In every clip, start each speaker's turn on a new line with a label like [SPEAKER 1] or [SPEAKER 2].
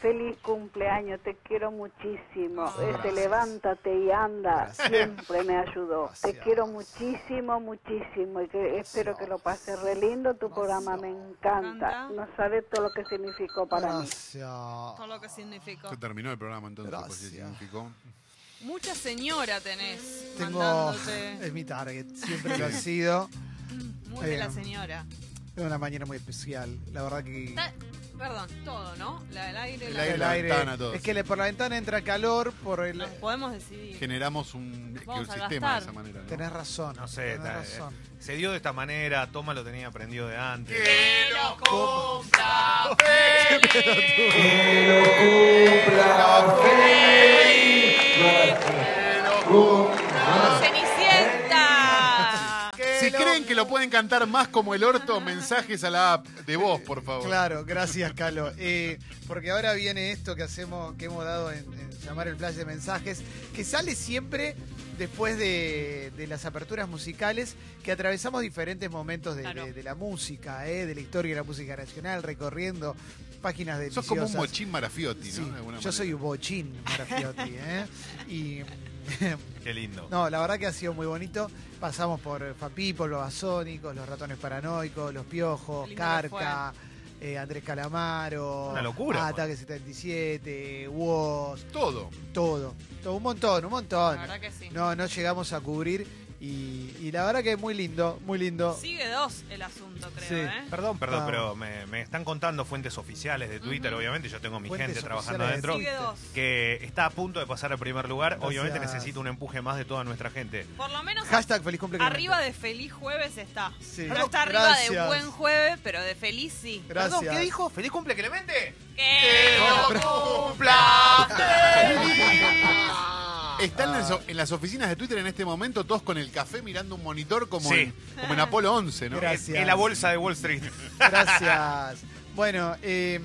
[SPEAKER 1] Feliz cumpleaños, te quiero muchísimo.
[SPEAKER 2] Ah,
[SPEAKER 1] Ese
[SPEAKER 2] gracias.
[SPEAKER 1] levántate y anda
[SPEAKER 2] Gracias.
[SPEAKER 1] siempre me ayudó. Te
[SPEAKER 2] Gracias.
[SPEAKER 1] quiero muchísimo, muchísimo. Y que espero que lo pases re lindo. Tu programa me encanta.
[SPEAKER 3] Me
[SPEAKER 1] No sabes todo lo que significó para
[SPEAKER 2] Ah,
[SPEAKER 1] mí.
[SPEAKER 2] Gracias.
[SPEAKER 3] Todo lo que significó.
[SPEAKER 4] Se terminó el programa entonces, pues, sí,
[SPEAKER 2] Gracias.
[SPEAKER 4] significó.
[SPEAKER 3] Mucha señora tenés.
[SPEAKER 2] Tengo.
[SPEAKER 3] Mandándote.
[SPEAKER 2] Es mi target, siempre lo ha sido.
[SPEAKER 3] Muy de la
[SPEAKER 2] eh,
[SPEAKER 3] señora.
[SPEAKER 2] Es una mañana muy especial. La verdad que.
[SPEAKER 3] Ta- Perdón, todo, ¿no? La del aire,
[SPEAKER 4] El
[SPEAKER 3] la
[SPEAKER 4] aire,
[SPEAKER 2] el
[SPEAKER 4] la
[SPEAKER 2] aire.
[SPEAKER 4] ventana, todo.
[SPEAKER 2] es que le- por la ventana entra calor, por el.
[SPEAKER 3] Nos podemos decidir.
[SPEAKER 4] Generamos un
[SPEAKER 3] Vamos a
[SPEAKER 4] sistema de
[SPEAKER 3] gastar.
[SPEAKER 4] esa manera. ¿no?
[SPEAKER 2] Tenés razón.
[SPEAKER 5] No sé,
[SPEAKER 2] tenés
[SPEAKER 5] ta-
[SPEAKER 2] razón.
[SPEAKER 5] eh, se dio de esta manera, Toma lo tenía aprendido de antes.
[SPEAKER 3] ¡Cenicienta!
[SPEAKER 4] Si creen que lo pueden cantar más como el orto, mensajes a la app de vos, por favor.
[SPEAKER 2] Claro, gracias, Calo. Eh, porque ahora viene esto que hacemos, que hemos dado en, en llamar el flash de mensajes, que sale siempre después de, de las aperturas musicales, que atravesamos diferentes momentos de,
[SPEAKER 3] Claro.
[SPEAKER 2] de- de la música, eh, de la historia de la música nacional, recorriendo páginas de
[SPEAKER 4] Sos como un mochín marafiotti, ¿no?
[SPEAKER 2] Sí,
[SPEAKER 4] De alguna
[SPEAKER 2] yo
[SPEAKER 4] manera.
[SPEAKER 2] soy un bochín, Marafiotti, ¿eh? Y
[SPEAKER 5] Qué lindo.
[SPEAKER 2] no, la verdad que ha sido muy bonito. Pasamos por Fapipo, los Basónicos, los Ratones Paranoicos, los Piojos,
[SPEAKER 3] Qué lindo que
[SPEAKER 2] Carca, eh, Andrés Calamaro,
[SPEAKER 5] Una locura, bueno.
[SPEAKER 2] Ataque 77, Woz,
[SPEAKER 4] Todo.
[SPEAKER 2] todo, todo, un montón, un montón.
[SPEAKER 3] La verdad que sí.
[SPEAKER 2] No, no llegamos a cubrir y, y la verdad que es muy lindo, muy lindo.
[SPEAKER 3] Sigue dos el asunto, creo,
[SPEAKER 2] Sí.
[SPEAKER 3] ¿eh?
[SPEAKER 5] Perdón, perdón,
[SPEAKER 2] Ah.
[SPEAKER 5] pero me, me están contando fuentes oficiales de Twitter,
[SPEAKER 3] Ujú.
[SPEAKER 5] obviamente. Yo tengo mi
[SPEAKER 2] Fuentes
[SPEAKER 5] gente trabajando
[SPEAKER 2] oficiales de
[SPEAKER 5] adentro.
[SPEAKER 3] Sigue dos.
[SPEAKER 5] Que está a punto de pasar al primer lugar.
[SPEAKER 2] Gracias.
[SPEAKER 5] Obviamente necesito un empuje más de toda nuestra gente.
[SPEAKER 3] Por lo menos
[SPEAKER 2] Hashtag feliz cumpleaños.
[SPEAKER 3] arriba de feliz jueves está.
[SPEAKER 2] Sí.
[SPEAKER 3] No está arriba de
[SPEAKER 2] Gracias.
[SPEAKER 3] buen jueves, pero de feliz sí.
[SPEAKER 2] Gracias.
[SPEAKER 5] Perdón, ¿qué dijo? ¡Feliz cumple, Clemente!
[SPEAKER 3] ¡Qué loco!
[SPEAKER 4] Están en, so- en las oficinas de Twitter en este momento, todos con el café mirando un monitor como,
[SPEAKER 5] Sí.
[SPEAKER 4] en, como en Apolo 11, ¿no?
[SPEAKER 2] Gracias.
[SPEAKER 5] En la bolsa de Wall Street.
[SPEAKER 2] Gracias. Bueno, eh,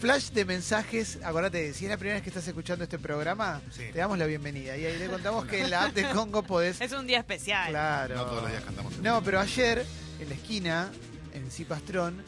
[SPEAKER 2] flash de mensajes. Acordate, si es la primera vez que estás escuchando este programa,
[SPEAKER 5] Sí.
[SPEAKER 2] te damos la bienvenida. Y ahí le contamos que en la app de Congo podés.
[SPEAKER 3] Es un día especial.
[SPEAKER 2] Claro.
[SPEAKER 4] No todos los días cantamos. el
[SPEAKER 2] No, pero ayer, en la esquina, en Cipastrón,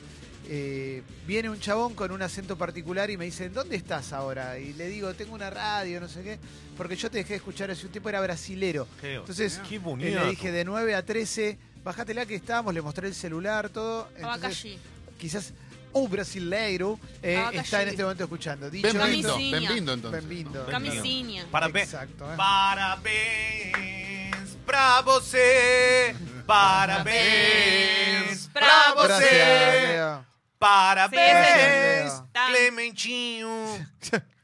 [SPEAKER 2] eh, viene un chabón con un acento particular y me dice, ¿dónde estás ahora? Y le digo, tengo una radio, no sé qué, porque yo te dejé de escuchar hace un tiempo, era brasilero. Entonces,
[SPEAKER 5] qué
[SPEAKER 4] Uh,
[SPEAKER 2] eh, le dije de 9 a 13, bájatela que estábamos, le mostré el celular, todo.
[SPEAKER 3] Estaba
[SPEAKER 2] Entonces,
[SPEAKER 3] allí.
[SPEAKER 2] quizás un brasileiro eh,
[SPEAKER 3] Abacalli.
[SPEAKER 2] está en este momento escuchando. Dicho
[SPEAKER 4] Benvindo,
[SPEAKER 2] esto,
[SPEAKER 3] Camisinha.
[SPEAKER 4] Benvindo entonces.
[SPEAKER 2] Benvindo.
[SPEAKER 4] ¿no?
[SPEAKER 3] Camisinha.
[SPEAKER 5] Para pe-
[SPEAKER 2] Exacto, eh.
[SPEAKER 5] Parabéns pra você. Parabéns pra
[SPEAKER 3] Bravo.
[SPEAKER 2] Gracias,
[SPEAKER 4] eh.
[SPEAKER 5] você.
[SPEAKER 2] Leo.
[SPEAKER 5] Parabéns,
[SPEAKER 2] Sí,
[SPEAKER 3] Leo.
[SPEAKER 5] Clementinho.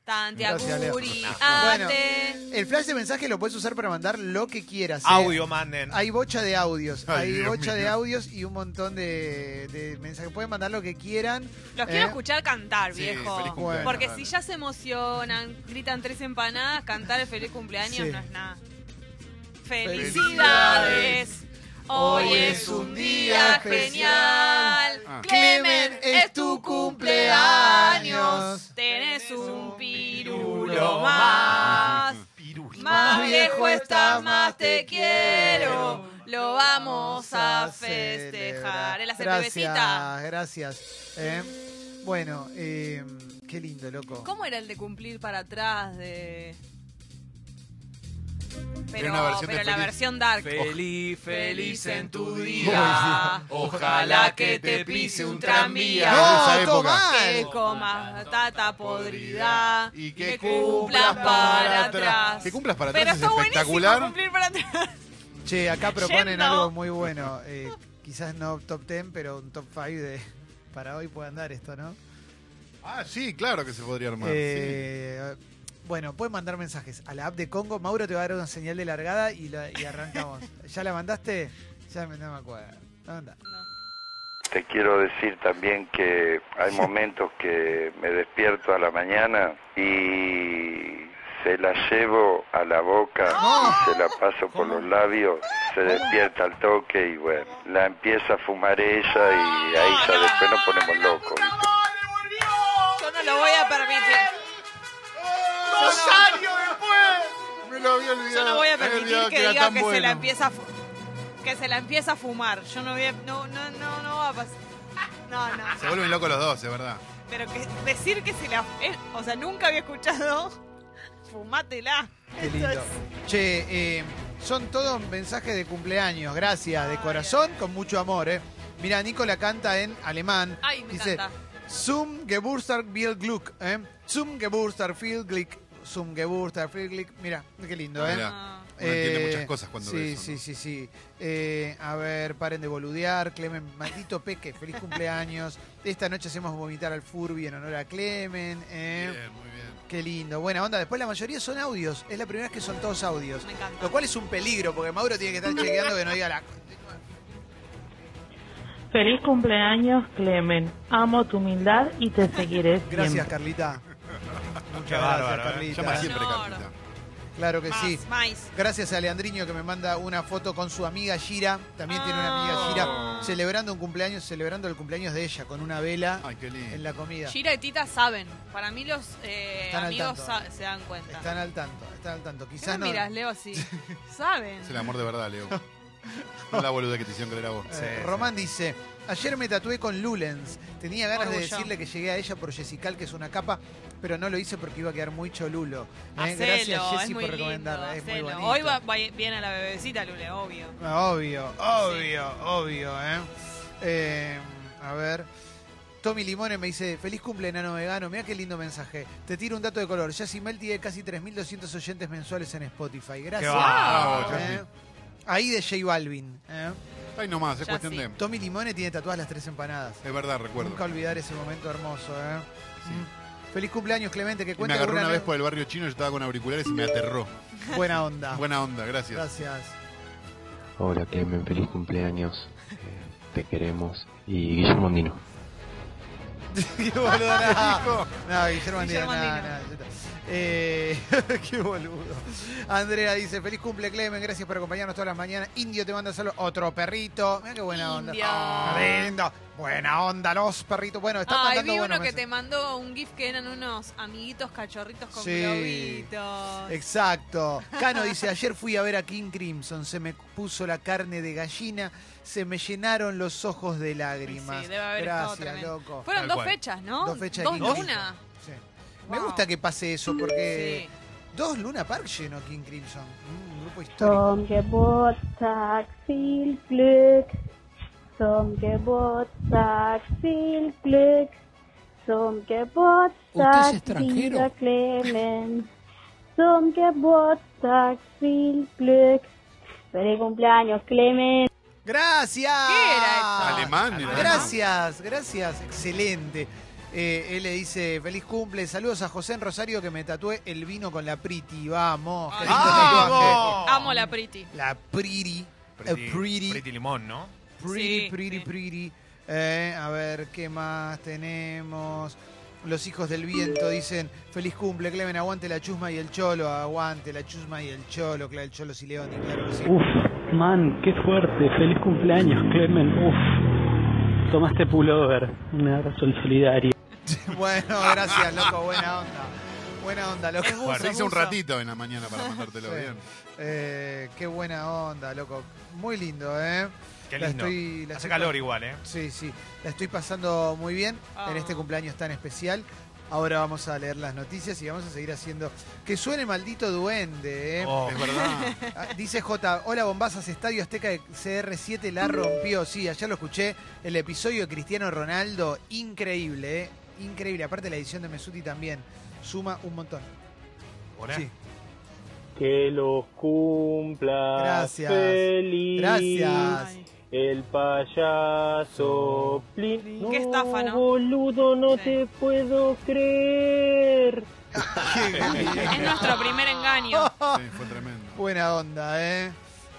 [SPEAKER 3] Tante
[SPEAKER 2] Gracias, Leo.
[SPEAKER 3] aguri,
[SPEAKER 2] Bueno.
[SPEAKER 3] ante.
[SPEAKER 2] El flash de mensaje lo puedes usar para mandar lo que quieras. eh.
[SPEAKER 5] Audio manden.
[SPEAKER 2] Hay bocha de audios,
[SPEAKER 4] Ay,
[SPEAKER 2] hay
[SPEAKER 4] Dios
[SPEAKER 2] bocha
[SPEAKER 4] mío.
[SPEAKER 2] de audios y un montón de, de mensajes. Pueden mandar lo que quieran.
[SPEAKER 3] Los
[SPEAKER 2] Eh.
[SPEAKER 3] quiero escuchar cantar,
[SPEAKER 4] Sí,
[SPEAKER 3] viejo.
[SPEAKER 4] feliz cumpleaños.
[SPEAKER 3] Porque si ya se emocionan, gritan tres empanadas, cantar el feliz cumpleaños
[SPEAKER 2] Sí.
[SPEAKER 3] no es nada.
[SPEAKER 2] Felicidades.
[SPEAKER 3] Felicidades. Hoy es un día genial.
[SPEAKER 4] Ah.
[SPEAKER 3] Clemen, es tu cumpleaños. Tenés un pirulo más. Más viejo estás, más te quiero. Lo vamos a festejar. Él hace bebecita.
[SPEAKER 2] Gracias, gracias. eh. Bueno, eh, qué lindo, loco.
[SPEAKER 3] ¿Cómo era el de cumplir para atrás de.? Pero,
[SPEAKER 4] una versión de
[SPEAKER 3] pero la
[SPEAKER 4] feliz-
[SPEAKER 3] versión dark.
[SPEAKER 6] Feliz, feliz en tu día.
[SPEAKER 3] Uy, sí.
[SPEAKER 6] Ojalá que te pise un tranvía.
[SPEAKER 4] No, de esa época.
[SPEAKER 2] toma.
[SPEAKER 3] Que
[SPEAKER 4] Ah,
[SPEAKER 3] comas tata podrida
[SPEAKER 4] Y que
[SPEAKER 3] cumplas para atrás.
[SPEAKER 4] Que cumplas para
[SPEAKER 3] Pero
[SPEAKER 4] atrás es
[SPEAKER 3] está buenísimo
[SPEAKER 4] espectacular.
[SPEAKER 3] cumplir para atrás.
[SPEAKER 2] Che, acá proponen
[SPEAKER 3] Yendo.
[SPEAKER 2] algo muy bueno. Eh, quizás no top 10, pero un top 5 de. Para hoy puede andar esto, ¿no?
[SPEAKER 4] Ah, sí, claro que se podría armar. sí.
[SPEAKER 2] Eh, Bueno, pueden mandar mensajes a la app de Congo. Mauro te va a dar una señal de largada y, la- y arrancamos. ¿Ya la mandaste? Ya me, no me acuerdo. No manda.
[SPEAKER 7] Te quiero decir también que hay momentos que me despierto a la mañana y se la llevo a la boca, se la paso por los labios, se despierta al toque y bueno, la empieza a fumar ella y ahí ya después nos ponemos locos. ¿viste?
[SPEAKER 3] Yo no lo voy a permitir.
[SPEAKER 4] ¡Dos años después! Me lo había olvidado.
[SPEAKER 3] Yo no voy a
[SPEAKER 4] Me había
[SPEAKER 3] permitir
[SPEAKER 4] olvidado
[SPEAKER 3] que,
[SPEAKER 4] era
[SPEAKER 3] diga
[SPEAKER 4] tan
[SPEAKER 3] que se
[SPEAKER 4] bueno.
[SPEAKER 3] la empieza a fu- que se la empieza a fumar. Yo no voy a, no no no no va a pasar. No no.
[SPEAKER 4] Se vuelven locos los dos, es verdad.
[SPEAKER 3] Pero que decir que se la. eh, o sea, nunca había escuchado. Fumátela.
[SPEAKER 2] Qué
[SPEAKER 3] Eso
[SPEAKER 2] lindo.
[SPEAKER 3] es-
[SPEAKER 2] Che, eh, son todos mensajes de cumpleaños, gracias, de corazón, con mucho amor, ¿eh? Mira, Nicola canta en alemán.
[SPEAKER 3] Ay, me
[SPEAKER 2] Dice,
[SPEAKER 3] encanta.
[SPEAKER 2] Zum Geburtstag viel Glück, ¿eh? Zum Geburtstag viel Glück. Zum Geburtstag viel Glück. Mira, qué lindo, ¿eh?
[SPEAKER 4] Mirá.
[SPEAKER 3] Ah.
[SPEAKER 4] Uno entiende muchas cosas cuando
[SPEAKER 2] sí,
[SPEAKER 4] ve eso,
[SPEAKER 2] Sí,
[SPEAKER 4] ¿no?
[SPEAKER 2] sí, sí. Eh, a ver, paren de boludear. Clemen, maldito Peque, feliz cumpleaños. Esta noche hacemos vomitar al Furby en honor a Clemen. eh.
[SPEAKER 4] Bien, muy bien.
[SPEAKER 2] Qué lindo. Buena onda. Después la mayoría son audios. Es la primera vez que son todos audios.
[SPEAKER 3] Me encanta.
[SPEAKER 2] Lo cual es un peligro, porque Mauro tiene que estar chequeando que no diga la...
[SPEAKER 8] Feliz cumpleaños, Clemen. Amo tu humildad y te seguiré siempre.
[SPEAKER 2] Gracias, Carlita. Muchas gracias,
[SPEAKER 5] bárbaro, ¿eh?
[SPEAKER 4] Llama
[SPEAKER 2] Carlita.
[SPEAKER 4] siempre,
[SPEAKER 3] No,
[SPEAKER 4] Carlita.
[SPEAKER 2] Claro que
[SPEAKER 3] Más,
[SPEAKER 2] sí.
[SPEAKER 3] más.
[SPEAKER 2] Gracias a Leandriño que me manda una foto con su amiga Gira. También tiene una amiga
[SPEAKER 3] Oh.
[SPEAKER 2] Gira celebrando un cumpleaños, celebrando el cumpleaños de ella con una vela
[SPEAKER 4] Ay, qué lindo.
[SPEAKER 2] en la comida.
[SPEAKER 3] Gira y Tita saben. Para mí los eh,
[SPEAKER 2] Están al
[SPEAKER 3] amigos
[SPEAKER 2] tanto.
[SPEAKER 3] sa- se dan cuenta.
[SPEAKER 2] Están al tanto, están al tanto.
[SPEAKER 3] ¿Qué me
[SPEAKER 2] Quizás no. Eh,
[SPEAKER 3] miras, Leo, así? ¿Saben?
[SPEAKER 4] Es el amor de verdad, Leo. No la boluda que te hicieron creer a vos.
[SPEAKER 2] Eh, Román dice, ayer me tatué con Lulens. Tenía ganas de
[SPEAKER 3] Orgullo.
[SPEAKER 2] decirle que llegué a ella por Jessical, que es una capa, pero no lo hice porque iba a quedar muy cholulo. Eh, gracias,
[SPEAKER 3] Hacelo, es
[SPEAKER 2] Jessy,
[SPEAKER 3] muy
[SPEAKER 2] por
[SPEAKER 3] lindo,
[SPEAKER 2] recomendarla. Es muy
[SPEAKER 3] hacelo.
[SPEAKER 2] bonito.
[SPEAKER 3] Hoy va, va- viene a la bebecita, Lule, obvio.
[SPEAKER 2] Ah, Obvio, obvio, obvio, ¿eh? Eh, A ver. Tommy Limones me dice, feliz cumple, enano vegano. Mira qué lindo mensaje. Te tiro un dato de color. Jessy Mel tiene casi 3.200 oyentes mensuales en Spotify. Gracias.
[SPEAKER 4] bárbaro,
[SPEAKER 2] ¿Eh? Ahí de J Balvin. ¿eh?
[SPEAKER 4] Ay, nomás, es
[SPEAKER 3] Ya
[SPEAKER 4] cuestión
[SPEAKER 3] sí.
[SPEAKER 4] de.
[SPEAKER 2] Tommy Limone tiene tatuadas las tres empanadas.
[SPEAKER 4] Es verdad, recuerdo.
[SPEAKER 2] Nunca olvidar ese momento hermoso, ¿eh?
[SPEAKER 4] Sí.
[SPEAKER 2] Mm. Feliz cumpleaños, Clemente, que
[SPEAKER 4] Y me
[SPEAKER 2] cuenta
[SPEAKER 4] agarró una vez
[SPEAKER 2] buena,
[SPEAKER 4] por el barrio chino, yo estaba con auriculares y me aterró.
[SPEAKER 2] buena onda.
[SPEAKER 4] Buena onda, gracias.
[SPEAKER 2] Ah. Gracias.
[SPEAKER 9] Hola Clemen, feliz cumpleaños. Eh, Te queremos. Y Guillermo Andino.
[SPEAKER 2] Qué boludo, no. No, Guillermo Andino,
[SPEAKER 3] Guillermo
[SPEAKER 2] no,
[SPEAKER 3] Andino.
[SPEAKER 2] no, ya está. Eh, qué boludo. Andrea dice, feliz cumple, Clemen, gracias por acompañarnos todas las mañanas. Indio te manda solo otro perrito. Mira qué buena onda.
[SPEAKER 3] Indio.
[SPEAKER 2] Qué lindo. Buena onda, los perritos. Bueno, están
[SPEAKER 3] Ay,
[SPEAKER 2] mandando
[SPEAKER 3] vi uno
[SPEAKER 2] buenos
[SPEAKER 3] que te
[SPEAKER 2] mensajes.
[SPEAKER 3] mandó un GIF que eran unos amiguitos cachorritos con
[SPEAKER 2] Sí.
[SPEAKER 3] globitos.
[SPEAKER 2] Exacto. Cano dice, ayer fui a ver a King Crimson, se me puso la carne de gallina, se me llenaron los ojos de lágrimas.
[SPEAKER 3] Sí, debe haber estado
[SPEAKER 2] Gracias,
[SPEAKER 3] tremendo.
[SPEAKER 2] loco.
[SPEAKER 3] Fueron
[SPEAKER 4] Tal
[SPEAKER 3] dos
[SPEAKER 4] cual.
[SPEAKER 3] fechas, ¿no?
[SPEAKER 2] Dos fechas de
[SPEAKER 3] Dos
[SPEAKER 2] King Crimson.
[SPEAKER 3] lunas.
[SPEAKER 2] Sí. Me
[SPEAKER 3] Wow.
[SPEAKER 2] gusta que pase eso porque
[SPEAKER 3] Sí.
[SPEAKER 2] dos Luna Park llenó King Crimson, Mm, un grupo histórico.
[SPEAKER 10] Zum Geburtstag viel Glück, zum Geburtstag viel Glück, zum
[SPEAKER 11] Usted es
[SPEAKER 10] Geburtstag
[SPEAKER 11] extranjero.
[SPEAKER 10] lieber Clemens, zum Geburtstag viel Glück. Feliz cumpleaños, Clemens.
[SPEAKER 2] Gracias.
[SPEAKER 3] ¿Qué era eso?
[SPEAKER 4] Alemán, era, ¿no?
[SPEAKER 2] Ah, Gracias, gracias, excelente. Eh, él le dice, feliz cumple, saludos a José en Rosario que me tatué el vino con la Priti, vamos. qué lindo
[SPEAKER 5] ¡Vamos!
[SPEAKER 2] tatuaje.
[SPEAKER 3] Amo
[SPEAKER 2] oh.
[SPEAKER 3] la Pretty.
[SPEAKER 2] La Priti.
[SPEAKER 5] Pretty,
[SPEAKER 2] eh, pretty.
[SPEAKER 5] Pretty Limón, ¿no?
[SPEAKER 2] Pretty,
[SPEAKER 3] Sí,
[SPEAKER 2] pretty,
[SPEAKER 3] sí.
[SPEAKER 2] pretty. Eh, a ver, ¿qué más tenemos? Los hijos del viento dicen, feliz cumple, Clemen, aguante la chusma y el cholo, aguante la chusma y el cholo, claro, el cholo Sileoni, claro que sí.
[SPEAKER 11] Uf, man, qué fuerte. Feliz cumpleaños, Clemen. Uf, este tomaste pullover. Un abrazo al solidario.
[SPEAKER 2] Bueno, gracias, loco, buena onda. Buena onda, loco.
[SPEAKER 3] Es buzo,
[SPEAKER 4] Te hice un
[SPEAKER 3] buzo.
[SPEAKER 4] ratito en la mañana para mandártelo
[SPEAKER 2] Sí.
[SPEAKER 4] bien.
[SPEAKER 2] Eh, qué buena onda, loco. Muy lindo, ¿eh?
[SPEAKER 5] Qué
[SPEAKER 2] La
[SPEAKER 5] lindo.
[SPEAKER 2] estoy- la estoy-
[SPEAKER 5] Hace calor igual, ¿eh?
[SPEAKER 2] Sí, sí, la estoy pasando muy bien
[SPEAKER 3] Ah.
[SPEAKER 2] en este cumpleaños tan especial. Ahora vamos a leer las noticias y vamos a seguir haciendo. Que suene maldito duende, ¿eh?
[SPEAKER 5] Oh.
[SPEAKER 4] Es verdad.
[SPEAKER 2] Ah, Dice J, hola bombazas, Estadio Azteca de CR7 la rompió. Sí, ayer lo escuché. El episodio de Cristiano Ronaldo, increíble, ¿eh? Increíble. Aparte la edición de Mesuti también. Suma un montón.
[SPEAKER 5] Hola.
[SPEAKER 2] Sí.
[SPEAKER 11] Que los cumpla
[SPEAKER 2] Gracias.
[SPEAKER 11] feliz.
[SPEAKER 2] Gracias.
[SPEAKER 3] Ay.
[SPEAKER 11] El payaso Plin.
[SPEAKER 3] Qué estafa, ¿no?
[SPEAKER 11] boludo, no
[SPEAKER 3] Sí.
[SPEAKER 11] te puedo creer.
[SPEAKER 3] Es nuestro primer engaño.
[SPEAKER 4] Sí, fue tremendo.
[SPEAKER 2] Buena onda, ¿eh?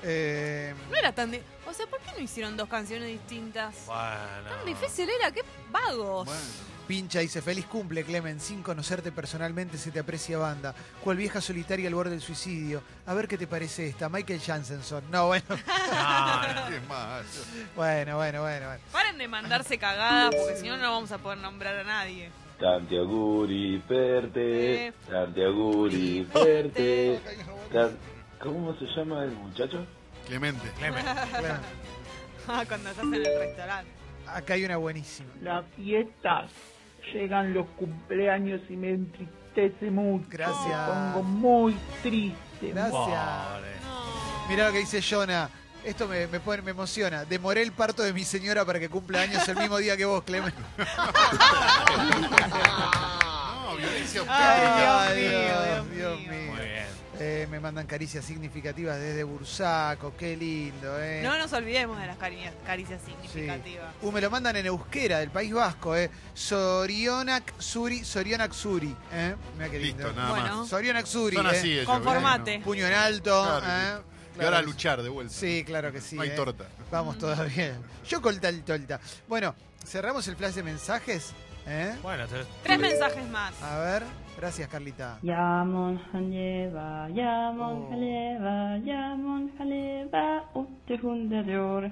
[SPEAKER 2] Eh,
[SPEAKER 3] No era tan. di- O sea, ¿por qué no hicieron dos canciones distintas?
[SPEAKER 5] Bueno.
[SPEAKER 3] Tan difícil era, qué vagos.
[SPEAKER 4] Bueno,
[SPEAKER 2] Pincha dice, feliz cumple, Clemen, sin conocerte personalmente se te aprecia banda. Cual vieja solitaria al borde del suicidio. A ver qué te parece esta, Michael Jansenson. No, bueno,
[SPEAKER 5] No,
[SPEAKER 2] Ah.
[SPEAKER 5] no.
[SPEAKER 4] ¿qué más?
[SPEAKER 2] bueno, bueno, bueno. bueno.
[SPEAKER 3] Paren de mandarse cagadas porque si no, no vamos a poder nombrar a nadie.
[SPEAKER 6] Tantiaguri
[SPEAKER 3] Eh.
[SPEAKER 6] Perte, Tantiaguri Perte. Tan- ¿Cómo se llama el muchacho?
[SPEAKER 4] Clemente.
[SPEAKER 5] Clemen.
[SPEAKER 2] Claro.
[SPEAKER 3] Ah, Cuando estás en el restaurante.
[SPEAKER 2] Acá hay una buenísima.
[SPEAKER 8] La fiesta
[SPEAKER 12] llegan los cumpleaños y me entristece mucho.
[SPEAKER 2] Gracias.
[SPEAKER 12] Me pongo muy triste.
[SPEAKER 2] Gracias. Mirá lo que dice Jonah. Esto me, me, pone- me emociona. Demoré el parto de mi señora para que cumpla años el mismo día que vos, Clemen. Ah.
[SPEAKER 4] No, violencia
[SPEAKER 2] Ay,
[SPEAKER 4] obstétrica.
[SPEAKER 2] Dios, Dios mío.
[SPEAKER 5] Muy bien.
[SPEAKER 2] Eh, me mandan caricias significativas desde Bursaco. Qué lindo, ¿eh?
[SPEAKER 3] No nos olvidemos de las cari- caricias significativas.
[SPEAKER 2] Uh, me lo mandan en euskera, del País Vasco, ¿eh? Sorionak Suri, Sorionak Suri, ¿eh? Mirá qué lindo.
[SPEAKER 4] Listo, nada
[SPEAKER 3] Bueno.
[SPEAKER 4] más.
[SPEAKER 2] Sorionak Suri,
[SPEAKER 4] Son así
[SPEAKER 2] ¿eh?
[SPEAKER 4] ellos,
[SPEAKER 3] Conformate.
[SPEAKER 4] ¿eh?
[SPEAKER 2] Puño en alto,
[SPEAKER 4] Claro,
[SPEAKER 2] ¿eh?
[SPEAKER 4] Y ahora a
[SPEAKER 2] Claro.
[SPEAKER 4] luchar de vuelta.
[SPEAKER 2] Sí, claro que sí.
[SPEAKER 4] No hay
[SPEAKER 2] ¿eh?
[SPEAKER 4] torta.
[SPEAKER 2] Vamos todavía. Yo colta el tolta. Bueno, cerramos el flash de mensajes, ¿eh?
[SPEAKER 5] Bueno, entonces.
[SPEAKER 3] Tres mensajes más.
[SPEAKER 2] A ver, gracias Carlita.
[SPEAKER 13] Jamon Haleva, Jamon
[SPEAKER 2] Oh.
[SPEAKER 13] Haleva, Jamon Haleva, 800 år.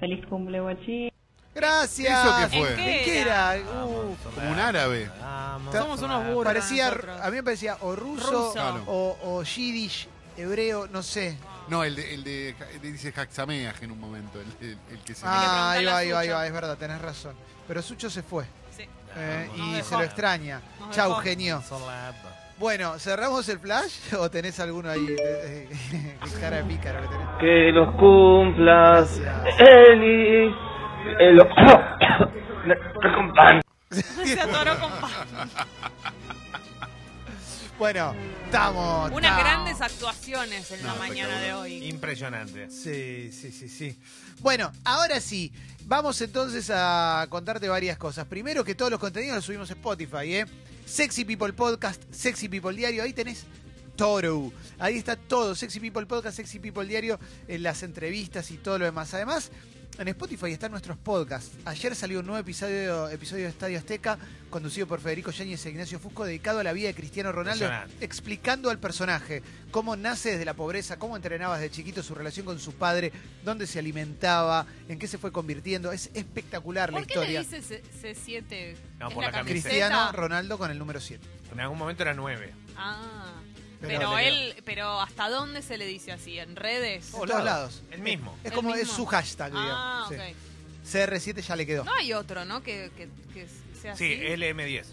[SPEAKER 13] Feliz cumple, guachín.
[SPEAKER 2] Gracias.
[SPEAKER 4] ¿Eso qué fue? ¿En
[SPEAKER 3] qué Ah,
[SPEAKER 2] era? Uh,
[SPEAKER 4] Como un árabe.
[SPEAKER 5] Vamos,
[SPEAKER 2] Somos
[SPEAKER 3] unos burros
[SPEAKER 2] parecía,
[SPEAKER 3] nosotros.
[SPEAKER 2] a mí me parecía o ruso,
[SPEAKER 3] Ruso.
[SPEAKER 4] Claro.
[SPEAKER 2] O, o yiddish, hebreo, no sé.
[SPEAKER 4] No, el de, el de, el de dice Jaxameaj en un momento, el, el- el que se...
[SPEAKER 2] Ah,
[SPEAKER 3] preguntarle a
[SPEAKER 2] ahí va, ahí va, ahí
[SPEAKER 3] Sucho.
[SPEAKER 2] va, es verdad, tenés razón. Pero Sucho se fue
[SPEAKER 3] Sí.
[SPEAKER 2] eh,
[SPEAKER 5] Vamos.
[SPEAKER 2] y
[SPEAKER 3] Nos
[SPEAKER 2] se
[SPEAKER 3] dejó.
[SPEAKER 2] lo extraña.
[SPEAKER 3] Nos
[SPEAKER 2] Chau,
[SPEAKER 3] dejó.
[SPEAKER 2] genio.
[SPEAKER 5] Son la app.
[SPEAKER 2] Bueno, ¿cerramos el flash o tenés alguno ahí? Eh, eh, cara de pícaro que tenés.
[SPEAKER 14] Que los cumplas,
[SPEAKER 2] Gracias.
[SPEAKER 14] Eli, el
[SPEAKER 3] Se atoró con pan.
[SPEAKER 2] Bueno, estamos.
[SPEAKER 3] Unas
[SPEAKER 2] estamos.
[SPEAKER 3] grandes actuaciones en la
[SPEAKER 4] No,
[SPEAKER 3] mañana de hoy.
[SPEAKER 5] Impresionante.
[SPEAKER 2] Sí, sí, sí, sí. Bueno, ahora sí, vamos entonces a contarte varias cosas. Primero que todos los contenidos los subimos a Spotify, ¿eh? Sexy People Podcast, Sexy People Diario, ahí tenés todo. Ahí está todo, Sexy People Podcast, Sexy People Diario, en las entrevistas y todo lo demás. Además, en Spotify están nuestros podcasts. Ayer salió un nuevo episodio, episodio de Estadio Azteca, conducido por Federico Yáñez e Ignacio Fusco, dedicado a la vida de Cristiano Ronaldo,
[SPEAKER 5] Impresionante.
[SPEAKER 2] explicando al personaje cómo nace desde la pobreza, cómo entrenaba desde chiquito su relación con su padre, dónde se alimentaba, en qué se fue convirtiendo. Es espectacular la
[SPEAKER 15] ¿Por qué
[SPEAKER 2] historia.
[SPEAKER 15] le dice C7?
[SPEAKER 5] No,
[SPEAKER 15] ¿Es
[SPEAKER 5] por la camiseta.
[SPEAKER 2] Cristiano Ronaldo con el número 7.
[SPEAKER 5] En algún momento era nueve.
[SPEAKER 15] Ah.
[SPEAKER 2] Pero
[SPEAKER 15] Pero,
[SPEAKER 2] le
[SPEAKER 15] él, pero ¿hasta dónde se le dice así? ¿En redes?
[SPEAKER 2] En todos lados.
[SPEAKER 5] El mismo.
[SPEAKER 15] ¿El
[SPEAKER 2] Es como es
[SPEAKER 15] mismo?
[SPEAKER 2] su hashtag,
[SPEAKER 15] Ah,
[SPEAKER 2] digamos.
[SPEAKER 15] ok.
[SPEAKER 2] Oh, sí. CR7 ya le quedó.
[SPEAKER 15] No hay otro, ¿no? Que, que, que sea
[SPEAKER 5] Sí,
[SPEAKER 15] así.
[SPEAKER 5] LM10.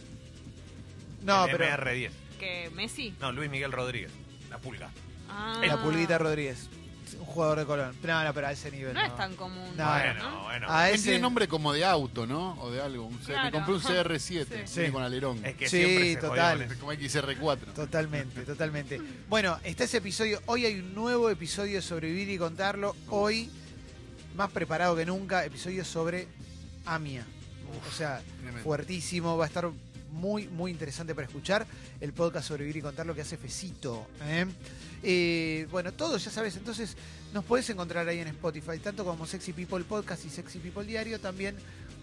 [SPEAKER 2] No,
[SPEAKER 5] el
[SPEAKER 2] pero
[SPEAKER 5] MR10.
[SPEAKER 15] Que Messi.
[SPEAKER 5] No, Luis Miguel Rodríguez. La pulga.
[SPEAKER 15] Ah.
[SPEAKER 2] la pulguita Rodríguez, un jugador de Colón. No, no, pero a ese nivel.
[SPEAKER 15] No es tan común.
[SPEAKER 2] No,
[SPEAKER 3] Ah,
[SPEAKER 5] bueno,
[SPEAKER 15] ¿no?
[SPEAKER 5] bueno.
[SPEAKER 2] A
[SPEAKER 4] También
[SPEAKER 2] ese-
[SPEAKER 4] Tiene nombre como de auto, ¿no? O de algo. Un C- Me
[SPEAKER 15] Claro.
[SPEAKER 4] compré un CR7,
[SPEAKER 15] Sí.
[SPEAKER 4] viene con alerón.
[SPEAKER 5] Es que
[SPEAKER 2] Sí, Eh.
[SPEAKER 5] siempre se
[SPEAKER 2] total.
[SPEAKER 5] jodió con eso.
[SPEAKER 4] Como XR4.
[SPEAKER 2] Totalmente, totalmente. Bueno, está ese episodio. Hoy hay un nuevo episodio de Sobrevivir y Contarlo. Hoy, más preparado que nunca, episodio sobre Amia. O sea,
[SPEAKER 4] Tremendo.
[SPEAKER 2] fuertísimo. Va a estar muy, muy interesante para escuchar el podcast Sobrevivir y Contarlo que hace Fecito. ¿eh? Eh, bueno, todos ya sabes, entonces nos puedes encontrar ahí en Spotify, tanto como Sexy People Podcast y Sexy People Diario, también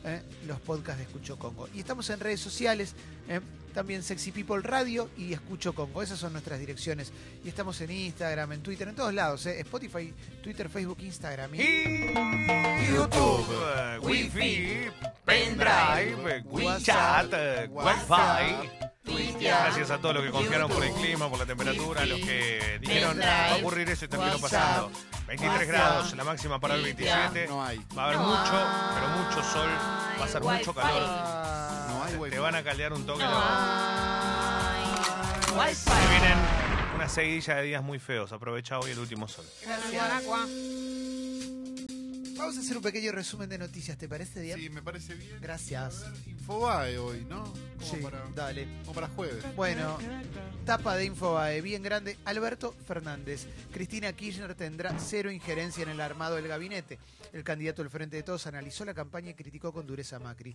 [SPEAKER 2] eh, los podcasts de Escucho Congo. Y estamos en redes sociales, eh, también Sexy People Radio y Escucho Congo. Esas son nuestras direcciones. Y estamos en Instagram, en Twitter, en todos lados. eh, Spotify, Twitter, Facebook, Instagram. y-
[SPEAKER 5] YouTube, Wi-Fi, Pendrive, WeChat, eh, Wi-Fi. Gracias a todos los que confiaron por el clima, por la temperatura, los que dijeron va a ocurrir eso y terminó pasando. 23 grados, la máxima para el
[SPEAKER 4] Ah,
[SPEAKER 5] 27.
[SPEAKER 4] No hay.
[SPEAKER 5] Va a haber mucho, pero mucho sol, va a ser mucho calor.
[SPEAKER 2] Ah,
[SPEAKER 4] No hay
[SPEAKER 5] Te- Te
[SPEAKER 4] wifi.
[SPEAKER 5] van a caldear un toque. la verdad.
[SPEAKER 15] Ay,
[SPEAKER 5] Se
[SPEAKER 15] Wi-Fi.
[SPEAKER 5] vienen una seguidilla de días muy feos. Aprovecha hoy el último sol.
[SPEAKER 15] Gracias.
[SPEAKER 2] Vamos a hacer un pequeño resumen de noticias, ¿te parece bien?
[SPEAKER 4] Sí, me parece bien.
[SPEAKER 2] Gracias.
[SPEAKER 4] A ver, Infobae hoy, ¿no? Como,
[SPEAKER 2] Sí,
[SPEAKER 4] para,
[SPEAKER 2] dale.
[SPEAKER 4] como para jueves.
[SPEAKER 2] Bueno, tapa de Infobae, bien grande, Alberto Fernández. Cristina Kirchner tendrá cero injerencia en el armado del gabinete. El candidato del Frente de Todos analizó la campaña y criticó con dureza a Macri.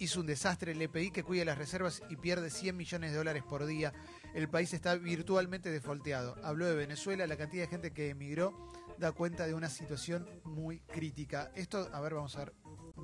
[SPEAKER 2] Hizo un desastre, le pedí que cuide las reservas y pierde 100 millones de dólares por día. El país está virtualmente defolteado. Habló de Venezuela, la cantidad de gente que emigró da cuenta de una situación muy crítica. Esto, a ver, vamos a ver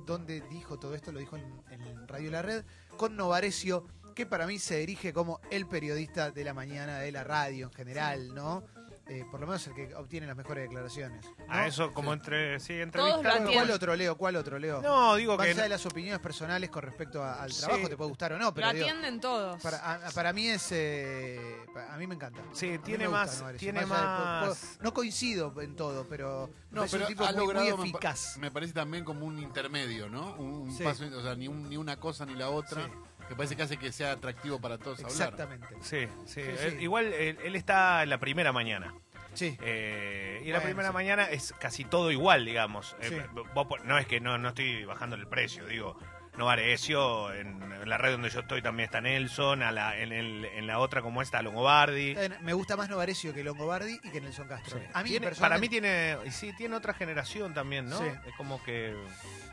[SPEAKER 2] dónde dijo todo esto, lo dijo en, en Radio La Red, con Novarecio, que para mí se dirige como el periodista de la mañana de la radio en general, ¿no? Eh, por lo menos el que obtiene las mejores declaraciones. ¿no?
[SPEAKER 5] A eso, como entre. Sí,
[SPEAKER 15] Todos lo
[SPEAKER 5] entrevista.
[SPEAKER 2] Claro, ¿Cuál
[SPEAKER 15] atienden.
[SPEAKER 2] otro leo? ¿Cuál otro leo?
[SPEAKER 5] No, digo
[SPEAKER 2] Más
[SPEAKER 5] que.
[SPEAKER 2] allá de las opiniones personales con respecto a- al
[SPEAKER 5] Sí.
[SPEAKER 2] trabajo, te puede gustar o no,
[SPEAKER 15] Lo
[SPEAKER 2] pero digo,
[SPEAKER 15] atienden todos.
[SPEAKER 2] para, a- para mí es. eh, pa- a mí me encanta. A
[SPEAKER 5] Sí,
[SPEAKER 2] mí
[SPEAKER 5] tiene
[SPEAKER 2] me gusta
[SPEAKER 5] más.
[SPEAKER 2] Novarecio,
[SPEAKER 5] Tiene
[SPEAKER 2] allá de- puedo-
[SPEAKER 5] más.
[SPEAKER 2] puedo- no coincido en todo, pero.
[SPEAKER 4] No,
[SPEAKER 2] es un
[SPEAKER 4] pero
[SPEAKER 2] tipo
[SPEAKER 4] ha
[SPEAKER 2] muy, muy
[SPEAKER 4] logrado, me pa-
[SPEAKER 2] eficaz.
[SPEAKER 4] Me parece también como un intermedio, ¿no? Un, un
[SPEAKER 2] Sí.
[SPEAKER 4] paso, o sea, ni, un- ni una cosa ni la otra. Me parece que hace que sea atractivo para todos hablar.
[SPEAKER 2] Exactamente.
[SPEAKER 5] Sí,
[SPEAKER 2] Sí,
[SPEAKER 5] sí. Eh,
[SPEAKER 2] sí.
[SPEAKER 5] Igual él, él está en la primera mañana.
[SPEAKER 2] Sí.
[SPEAKER 5] Eh, y en la
[SPEAKER 2] Bueno,
[SPEAKER 5] primera
[SPEAKER 2] sí.
[SPEAKER 5] mañana es casi todo igual, digamos. Eh,
[SPEAKER 2] Sí.
[SPEAKER 5] vos po- no es que no, no estoy bajando el precio, digo. No Arecio, en, en la red donde yo estoy también está Nelson, a la, en, el- en la otra como esta Longobardi.
[SPEAKER 2] Está bien, Eh, Me gusta más Novarecio que Longobardi y que Nelson Castro. A mí,
[SPEAKER 5] Tiene- para mí
[SPEAKER 2] personalmente-
[SPEAKER 5] tiene, y sí, tiene otra generación también, ¿no?
[SPEAKER 2] Sí.
[SPEAKER 5] Es como que...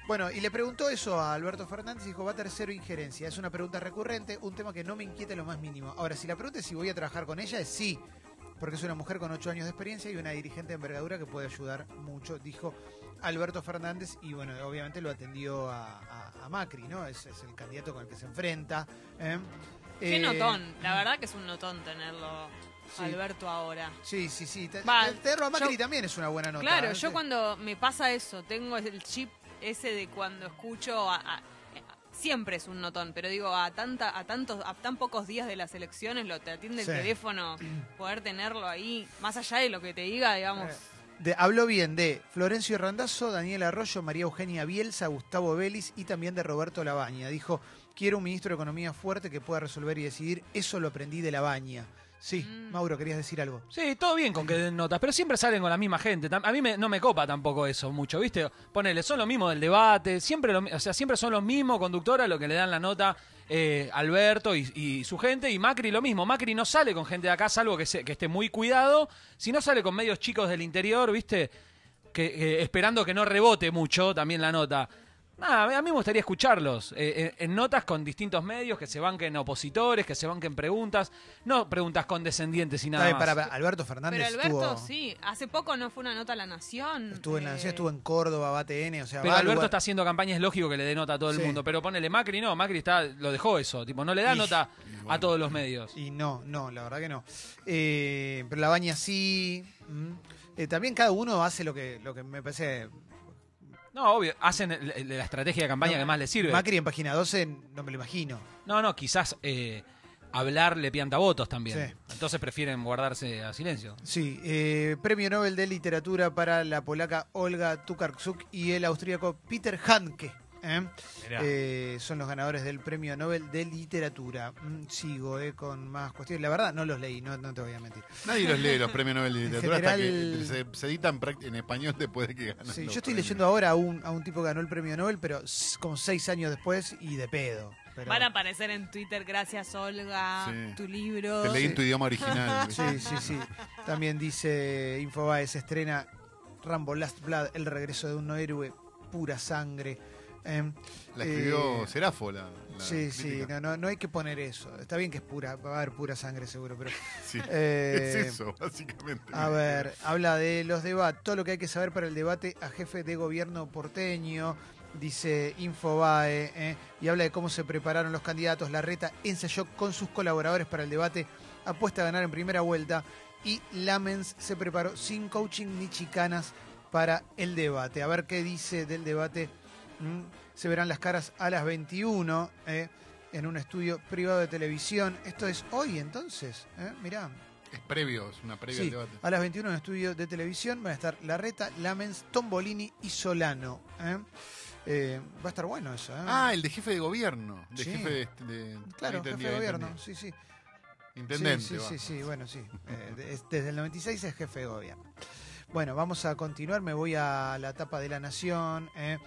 [SPEAKER 2] Bueno, y le preguntó eso a Alberto Fernández y dijo, va tercero injerencia. Es una pregunta recurrente, un tema que no me inquieta lo más mínimo. Ahora, si la pregunta es si voy a trabajar con ella, es sí, porque es una mujer con ocho años de experiencia y una dirigente de envergadura que puede ayudar mucho, dijo Alberto Fernández. Y bueno, obviamente lo atendió a, a- a Macri, ¿no? Es, es el candidato con el que se enfrenta. ¿eh?
[SPEAKER 15] Qué
[SPEAKER 2] Eh,
[SPEAKER 15] notón. La verdad que es un notón tenerlo
[SPEAKER 2] Sí.
[SPEAKER 15] Alberto ahora.
[SPEAKER 2] Sí, sí, sí. Te-
[SPEAKER 15] Va,
[SPEAKER 2] te- Tenerlo a Macri
[SPEAKER 15] yo-
[SPEAKER 2] también es una buena nota.
[SPEAKER 15] Claro,
[SPEAKER 2] ¿eh?
[SPEAKER 15] yo
[SPEAKER 2] Sí.
[SPEAKER 15] cuando me pasa eso, tengo el chip ese de cuando escucho a, a- siempre es un notón, pero digo a tanta a tantos a tan pocos días de las elecciones lo te atiende
[SPEAKER 2] Sí.
[SPEAKER 15] el teléfono, poder tenerlo ahí más allá de lo que te diga, digamos.
[SPEAKER 2] De- habló bien de Florencio Randazzo, Daniel Arroyo, María Eugenia Bielsa, Gustavo Vélez y también de Roberto Labaña. Dijo, quiero un ministro de Economía fuerte que pueda resolver y decidir. Eso lo aprendí de Labaña. Sí,
[SPEAKER 15] Mm.
[SPEAKER 2] Mauro, querías decir algo.
[SPEAKER 16] Sí, todo bien con que den notas, pero siempre salen con la misma gente. Tam- A mí me- no me copa tampoco eso mucho, ¿viste? Ponele, son los mismos del debate, siempre lo mi- o sea, siempre son los mismos conductores a los que le dan la nota eh, Alberto y, y su gente, y Macri lo mismo. Macri no sale con gente de acá, salvo que, se- que esté muy cuidado, si no sale con medios chicos del interior, ¿viste? Que, que esperando que no rebote mucho también la nota. Nada, a mí me gustaría escucharlos eh, en, en notas con distintos medios, que se banquen opositores, que se banquen preguntas, no preguntas condescendientes y nada
[SPEAKER 2] Está bien,
[SPEAKER 16] más.
[SPEAKER 2] pará, pará. Alberto Fernández
[SPEAKER 15] Pero Alberto
[SPEAKER 2] estuvo,
[SPEAKER 15] sí, hace poco no fue una nota a la Nación.
[SPEAKER 2] estuvo en la
[SPEAKER 15] eh,
[SPEAKER 2] nación, estuvo en Córdoba, va TN, o sea,
[SPEAKER 16] Pero
[SPEAKER 2] va al
[SPEAKER 16] Alberto
[SPEAKER 2] lugar-
[SPEAKER 16] está haciendo campaña, es lógico que le dé nota a todo el
[SPEAKER 2] Sí.
[SPEAKER 16] mundo. Pero ponele Macri, no, Macri está, lo dejó eso, tipo, no le da
[SPEAKER 2] Y-
[SPEAKER 16] nota a todos los medios.
[SPEAKER 2] Y no, no, la verdad que no. Eh, pero la baña sí. mm. Eh, también cada uno hace lo que, lo que me parece
[SPEAKER 16] No, obvio, hacen el- el- la estrategia de campaña
[SPEAKER 2] No,
[SPEAKER 16] que más le sirve.
[SPEAKER 2] Macri en página 12, no me lo imagino.
[SPEAKER 16] No, no, quizás eh, hablar le pianta votos también.
[SPEAKER 2] Sí.
[SPEAKER 16] Entonces prefieren guardarse a silencio.
[SPEAKER 2] Sí, eh, premio Nobel de Literatura para la polaca Olga Tukarczuk y el austríaco Peter Hanke. ¿eh?
[SPEAKER 5] Mirá.
[SPEAKER 2] Eh, son los ganadores del premio Nobel de Literatura. Mm, sigo eh, con más cuestiones. La verdad, no los leí, no, no te voy a mentir.
[SPEAKER 4] Nadie los lee los premios Nobel de
[SPEAKER 2] En
[SPEAKER 4] Literatura hasta que
[SPEAKER 2] general-
[SPEAKER 4] se, se editan práct- en español después de que ganan.
[SPEAKER 2] Sí,
[SPEAKER 4] los
[SPEAKER 2] yo estoy
[SPEAKER 4] premios.
[SPEAKER 2] leyendo ahora a un, a un tipo que ganó el premio Nobel, pero s- como seis años después y de pedo. Pero-
[SPEAKER 15] Van a aparecer en Twitter, gracias Olga,
[SPEAKER 4] Sí.
[SPEAKER 15] tu libro.
[SPEAKER 4] Te leí en tu idioma original.
[SPEAKER 2] Sí, sí, sí. También dice Infobae, se estrena Rambo Last Blood, el regreso de un no héroe, pura sangre. Em,
[SPEAKER 4] La
[SPEAKER 2] eh,
[SPEAKER 4] escribió Serafo, la, la
[SPEAKER 2] Sí, sí,
[SPEAKER 4] crítica.
[SPEAKER 2] no, no, no hay que poner eso. Está bien que es pura, va a haber pura sangre seguro, pero...
[SPEAKER 4] Sí,
[SPEAKER 2] eh,
[SPEAKER 4] es eso, básicamente.
[SPEAKER 2] A ver, habla de los debates, todo lo que hay que saber para el debate a jefe de gobierno porteño, dice Infobae, eh, y habla de cómo se prepararon los candidatos. Larreta ensayó con sus colaboradores para el debate, apuesta a ganar en primera vuelta, y Lamens se preparó sin coaching ni chicanas para el debate. A ver qué dice del debate. ¿m? Se verán las caras a las 21 eh, en un estudio privado de televisión. Esto es hoy entonces, eh, mirá.
[SPEAKER 4] Es previo, es una previa
[SPEAKER 2] Sí,
[SPEAKER 4] al debate.
[SPEAKER 2] a las 21 en el estudio de televisión van a estar Larreta, Lamens, Tombolini y Solano. ¿eh? Eh, va a estar bueno eso. ¿eh?
[SPEAKER 4] Ah, el de jefe de gobierno. De
[SPEAKER 2] Sí.
[SPEAKER 4] jefe de, este, de-
[SPEAKER 2] claro,
[SPEAKER 4] ahí
[SPEAKER 2] jefe
[SPEAKER 4] te entendí,
[SPEAKER 2] de
[SPEAKER 4] ahí
[SPEAKER 2] gobierno.
[SPEAKER 4] entendí.
[SPEAKER 2] Sí, sí.
[SPEAKER 4] Intendente.
[SPEAKER 2] Sí,
[SPEAKER 4] va.
[SPEAKER 2] sí, sí, sí, bueno, sí. Eh, de- es- desde el 96 es jefe de gobierno. Bueno, vamos a continuar. Me voy a la tapa de la Nación. ¿eh?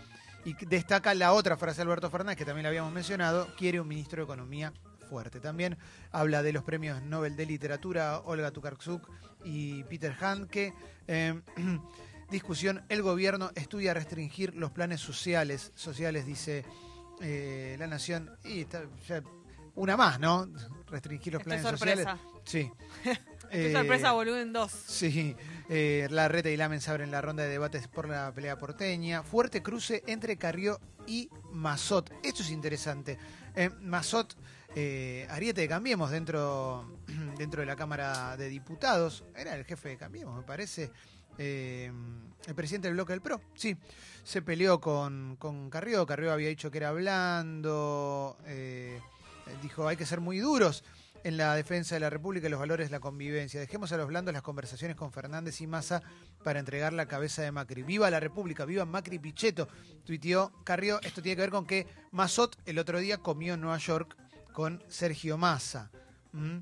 [SPEAKER 2] Y que- destaca la otra frase de Alberto Fernández, que también la habíamos mencionado. Quiere un ministro de Economía fuerte. También habla de los premios Nobel de Literatura, Olga Tukarczuk y Peter Handke. Eh, discusión, el gobierno estudia restringir los planes sociales, sociales dice eh, la Nación. Y está- ya- una más, ¿no? Restringir los
[SPEAKER 15] Esto es
[SPEAKER 2] planes
[SPEAKER 15] sorpresa.
[SPEAKER 2] sociales. Sí.
[SPEAKER 15] Esto es
[SPEAKER 2] Eh,
[SPEAKER 15] sorpresa, volumen 2.
[SPEAKER 2] Sí, eh, Larreta y Lamens abren la ronda de debates por la pelea porteña. Fuerte cruce entre Carrió y Mazot. Esto es interesante. Eh, Mazot, eh, Ariete de Cambiemos dentro, dentro de la Cámara de Diputados. Era el jefe de Cambiemos, me parece. Eh, el presidente del bloque del PRO, sí. Se peleó con, con Carrió. Carrió había dicho que era blando. eh, dijo, hay que ser muy duros en la defensa de la República y los valores de la convivencia. Dejemos a los blandos las conversaciones con Fernández y Massa para entregar la cabeza de Macri. ¡Viva la República! ¡Viva Macri y Pichetto! Tuiteó Carrió. Esto tiene que ver con que Mazot el otro día comió en Nueva York con Sergio Massa. ¿Mm?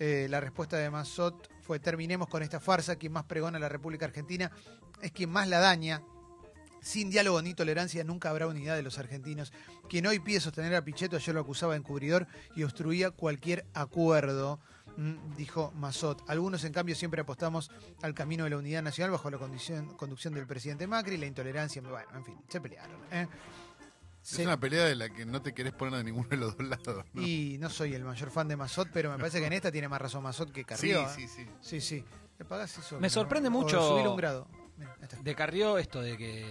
[SPEAKER 2] Eh, la respuesta de Massot fue terminemos con esta farsa, quien más pregona a la República Argentina es quien más la daña. Sin diálogo ni tolerancia nunca habrá unidad de los argentinos. Quien hoy pide sostener a Pichetto ayer lo acusaba de encubridor y obstruía cualquier acuerdo, mm, dijo Mazot. Algunos, en cambio, siempre apostamos al camino de la unidad nacional bajo la condición- conducción del presidente Macri, la intolerancia, bueno, en fin, se pelearon. ¿eh?
[SPEAKER 4] Es una pelea de la que no te querés poner de ninguno de los dos lados. ¿no?
[SPEAKER 2] Y no soy el mayor fan de Mazot, pero me parece que en esta tiene más razón Mazot que Carrió.
[SPEAKER 4] sí,
[SPEAKER 2] ¿eh?
[SPEAKER 4] sí.
[SPEAKER 2] sí, sí. ¿Le pagás eso?
[SPEAKER 16] Me
[SPEAKER 2] No,
[SPEAKER 16] sorprende
[SPEAKER 2] o
[SPEAKER 16] mucho-
[SPEAKER 2] subile un grado.
[SPEAKER 16] de Carrió esto de que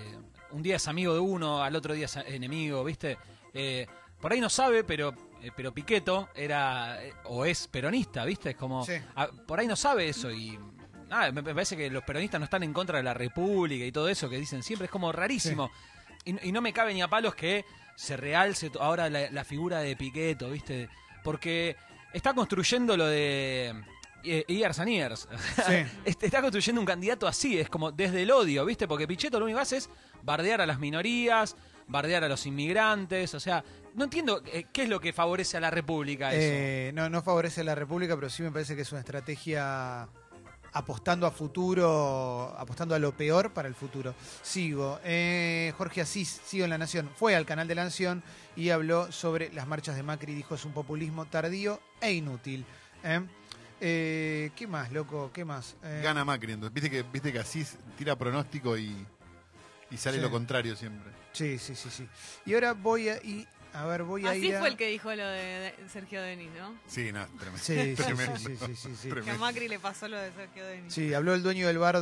[SPEAKER 16] un día es amigo de uno, al otro día es enemigo, ¿viste? Eh, por ahí no sabe, pero eh, pero Piqueto era eh, o es peronista, ¿viste? Es como
[SPEAKER 2] Sí.
[SPEAKER 16] ah, por ahí no sabe eso y nada, me, me parece que los peronistas no están en contra de la República y todo eso que dicen siempre, es como rarísimo. Y, y no me cabe ni a palos que se realce to- ahora la, la figura de Piqueto, ¿viste? Porque está construyendo lo de eh, Years and Years. Este, está construyendo un candidato así, es como desde el odio, ¿viste? Porque Pichetto lo único que hace es bardear a las minorías, bardear a los inmigrantes, o sea, no entiendo eh, qué es lo que favorece a la República eso.
[SPEAKER 2] Eh, no, no favorece a la República, pero sí me parece que es una estrategia apostando a futuro, apostando a lo peor para el futuro. Sigo. Eh, Jorge Asís, sigo en La Nación, fue al canal de La Nación y habló sobre las marchas de Macri. Dijo es un populismo tardío e inútil. ¿eh? Eh, ¿Qué más, loco? ¿Qué más? Eh,
[SPEAKER 4] Gana Macri, entonces. Viste que, viste que así tira pronóstico y, y sale
[SPEAKER 2] Sí.
[SPEAKER 4] lo contrario siempre.
[SPEAKER 2] Sí, sí, sí, sí. Y ahora voy a, y, a ver, voy a
[SPEAKER 15] Así
[SPEAKER 2] ir a-
[SPEAKER 15] fue el que dijo lo de de Sergio Denis, ¿no?
[SPEAKER 4] Sí, no, tremendo.
[SPEAKER 2] Sí, sí, sí,
[SPEAKER 4] Tremendo.
[SPEAKER 2] sí, sí, sí, sí.
[SPEAKER 15] Que a
[SPEAKER 4] Tremendo.
[SPEAKER 15] Macri le pasó lo de Sergio Denis.
[SPEAKER 2] Sí, habló el dueño del bar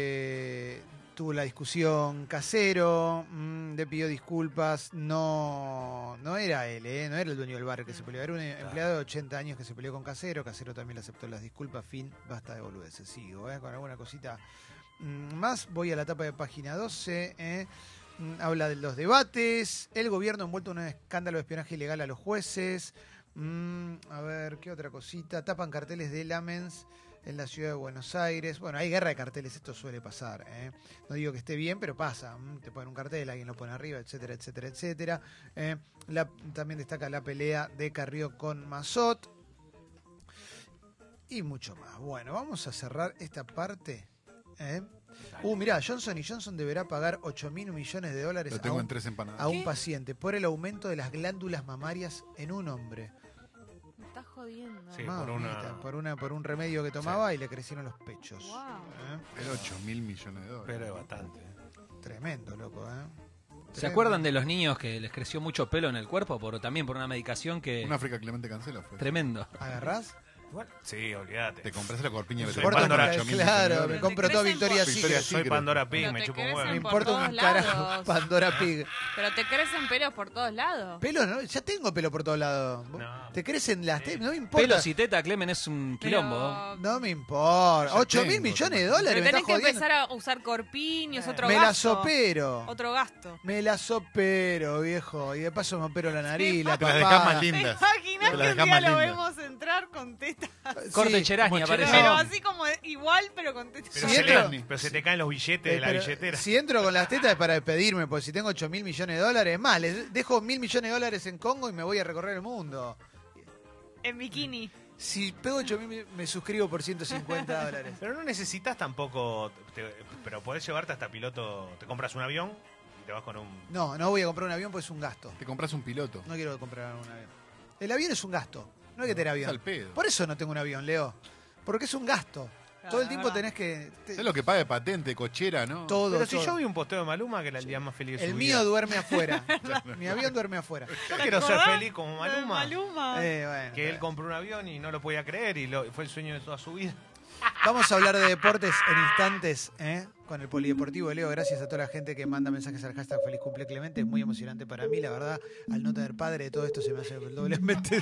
[SPEAKER 2] donde tuvo la discusión casero, mm, le pidió disculpas, no, no era él, ¿eh? no era el dueño del bar el que se peleó, era un empleado de 80 años que se peleó con casero, casero también le aceptó las disculpas, fin, basta de boludeces, sigo, ¿eh? con alguna cosita mm, más, voy a la tapa de página 12, ¿eh? Mm, habla de los debates, el gobierno envuelto en un escándalo de espionaje ilegal a los jueces, Mm, a ver, ¿qué otra cosita? Tapan carteles de Lamens en la ciudad de Buenos Aires. Bueno, hay guerra de carteles, esto suele pasar. ¿eh? No digo que esté bien, pero pasa. Mm, te ponen un cartel, alguien lo pone arriba, etcétera, etcétera, etcétera. Eh, la- también destaca la pelea de Carrió con Mazot. Y mucho más. Bueno, vamos a cerrar esta parte. ¿eh? Uh, mirá, Johnson y Johnson deberá pagar 8 mil millones de dólares
[SPEAKER 4] Lo
[SPEAKER 2] a
[SPEAKER 4] tengo
[SPEAKER 2] un
[SPEAKER 4] en tres empanadas.
[SPEAKER 2] a un paciente por el aumento de las glándulas mamarias en un hombre.
[SPEAKER 15] Me estás jodiendo.
[SPEAKER 5] Sí, por
[SPEAKER 2] Mamita,
[SPEAKER 5] una.
[SPEAKER 2] por una por un remedio que tomaba y le crecieron los pechos.
[SPEAKER 15] Wow.
[SPEAKER 2] ¿Eh?
[SPEAKER 4] Era 8 mil millones de dólares.
[SPEAKER 5] Pero es bastante.
[SPEAKER 2] Tremendo, loco, ¿eh?
[SPEAKER 16] ¿Se acuerdan de los niños que les creció mucho pelo en el cuerpo por también por una medicación que
[SPEAKER 4] Una África Clemente Cancela fue.
[SPEAKER 16] tremendo?
[SPEAKER 2] ¿Agarrás?
[SPEAKER 5] Sí, olvídate.
[SPEAKER 4] Te compras la corpiña
[SPEAKER 5] Soy
[SPEAKER 4] veterinaria
[SPEAKER 5] Pandora,
[SPEAKER 4] por 8.000 millones de
[SPEAKER 2] Claro, me
[SPEAKER 4] dólares.
[SPEAKER 2] compro todo Victoria
[SPEAKER 4] Soy
[SPEAKER 2] Secret.
[SPEAKER 4] Victoria's
[SPEAKER 5] Soy
[SPEAKER 4] Secret.
[SPEAKER 5] Pandora Pig,
[SPEAKER 15] Pero
[SPEAKER 5] me
[SPEAKER 15] te
[SPEAKER 5] chupo un
[SPEAKER 15] crecen
[SPEAKER 2] Me
[SPEAKER 5] huevo.
[SPEAKER 15] por
[SPEAKER 2] importa un
[SPEAKER 15] todos
[SPEAKER 2] carajo,
[SPEAKER 15] lados.
[SPEAKER 2] Pandora Pig.
[SPEAKER 15] Pero te crecen pelos por todos lados.
[SPEAKER 2] Pelo, ¿no? Ya tengo pelo por todos lados.
[SPEAKER 5] No.
[SPEAKER 2] Te crecen las... te- No me importa.
[SPEAKER 16] Pelos y teta, Clemen es un quilombo.
[SPEAKER 15] Pero-
[SPEAKER 2] No me importa.
[SPEAKER 4] Ya
[SPEAKER 2] 8 mil
[SPEAKER 4] tengo,
[SPEAKER 2] millones de
[SPEAKER 4] tengo.
[SPEAKER 15] Pero
[SPEAKER 2] dólares. me
[SPEAKER 15] tenés
[SPEAKER 2] estás
[SPEAKER 15] que
[SPEAKER 2] jodiendo.
[SPEAKER 15] empezar a usar corpiños, otro
[SPEAKER 2] Me la
[SPEAKER 15] gasto.
[SPEAKER 2] sopero.
[SPEAKER 15] Otro gasto.
[SPEAKER 2] Me la sopero, viejo. Y de paso me opero la nariz, la
[SPEAKER 4] Te las
[SPEAKER 2] papada.
[SPEAKER 4] dejás más
[SPEAKER 15] ¿Te
[SPEAKER 4] lindas.
[SPEAKER 15] imaginas
[SPEAKER 4] Te
[SPEAKER 15] que
[SPEAKER 4] las
[SPEAKER 15] un día
[SPEAKER 4] dejás más
[SPEAKER 15] lo
[SPEAKER 4] lindas.
[SPEAKER 15] vemos entrar con teta?
[SPEAKER 16] Corte
[SPEAKER 2] Sí,
[SPEAKER 16] Cherasni
[SPEAKER 2] como
[SPEAKER 16] aparece.
[SPEAKER 15] Pero
[SPEAKER 2] Cherasni.
[SPEAKER 15] así como igual, pero con teta.
[SPEAKER 5] Pero,
[SPEAKER 2] Si
[SPEAKER 5] se
[SPEAKER 2] entro-
[SPEAKER 5] le- pero se te caen los billetes
[SPEAKER 2] Eh,
[SPEAKER 5] de la
[SPEAKER 2] pero
[SPEAKER 5] billetera.
[SPEAKER 2] Si entro con las tetas es para despedirme, porque si tengo 8 mil millones de dólares, más, les dejo mil millones de dólares en Congo y me voy a recorrer el mundo.
[SPEAKER 15] En bikini.
[SPEAKER 2] Si pego 8 mil, me suscribo por 150 dólares.
[SPEAKER 5] Pero no necesitas tampoco. te- pero podés llevarte hasta piloto. Te compras un avión y te vas con un.
[SPEAKER 2] No, no voy a comprar un avión porque es un gasto.
[SPEAKER 4] Te compras un piloto.
[SPEAKER 2] No quiero comprar un avión. El avión es un gasto, no hay que tener
[SPEAKER 4] Es al
[SPEAKER 2] avión.
[SPEAKER 4] pedo.
[SPEAKER 2] Por eso no tengo un avión, Leo. Porque es un gasto. Todo el
[SPEAKER 15] Ah,
[SPEAKER 2] tiempo
[SPEAKER 15] verdad.
[SPEAKER 2] tenés que... te-
[SPEAKER 4] Es lo que paga de patente, cochera, ¿no?
[SPEAKER 2] todo,
[SPEAKER 5] pero si
[SPEAKER 2] todo.
[SPEAKER 5] yo vi un posteo de Maluma que era el día más feliz de
[SPEAKER 2] El
[SPEAKER 5] su
[SPEAKER 2] mío
[SPEAKER 5] vida.
[SPEAKER 2] duerme afuera. Mi avión duerme afuera.
[SPEAKER 5] Yo quiero ser
[SPEAKER 15] ¿Acordás?
[SPEAKER 5] feliz como
[SPEAKER 15] Lo de
[SPEAKER 5] Maluma.
[SPEAKER 15] Maluma.
[SPEAKER 2] Eh, bueno.
[SPEAKER 5] Ah. Que él compró un avión y no lo podía creer y lo- fue el sueño de toda su vida.
[SPEAKER 2] Vamos a hablar de deportes en instantes ¿eh? con el Polideportivo. Leo, gracias a toda la gente que manda mensajes al hashtag Feliz Cumple Clemente. Es muy emocionante para mí, la verdad. Al no tener padre, todo esto se me hace doblemente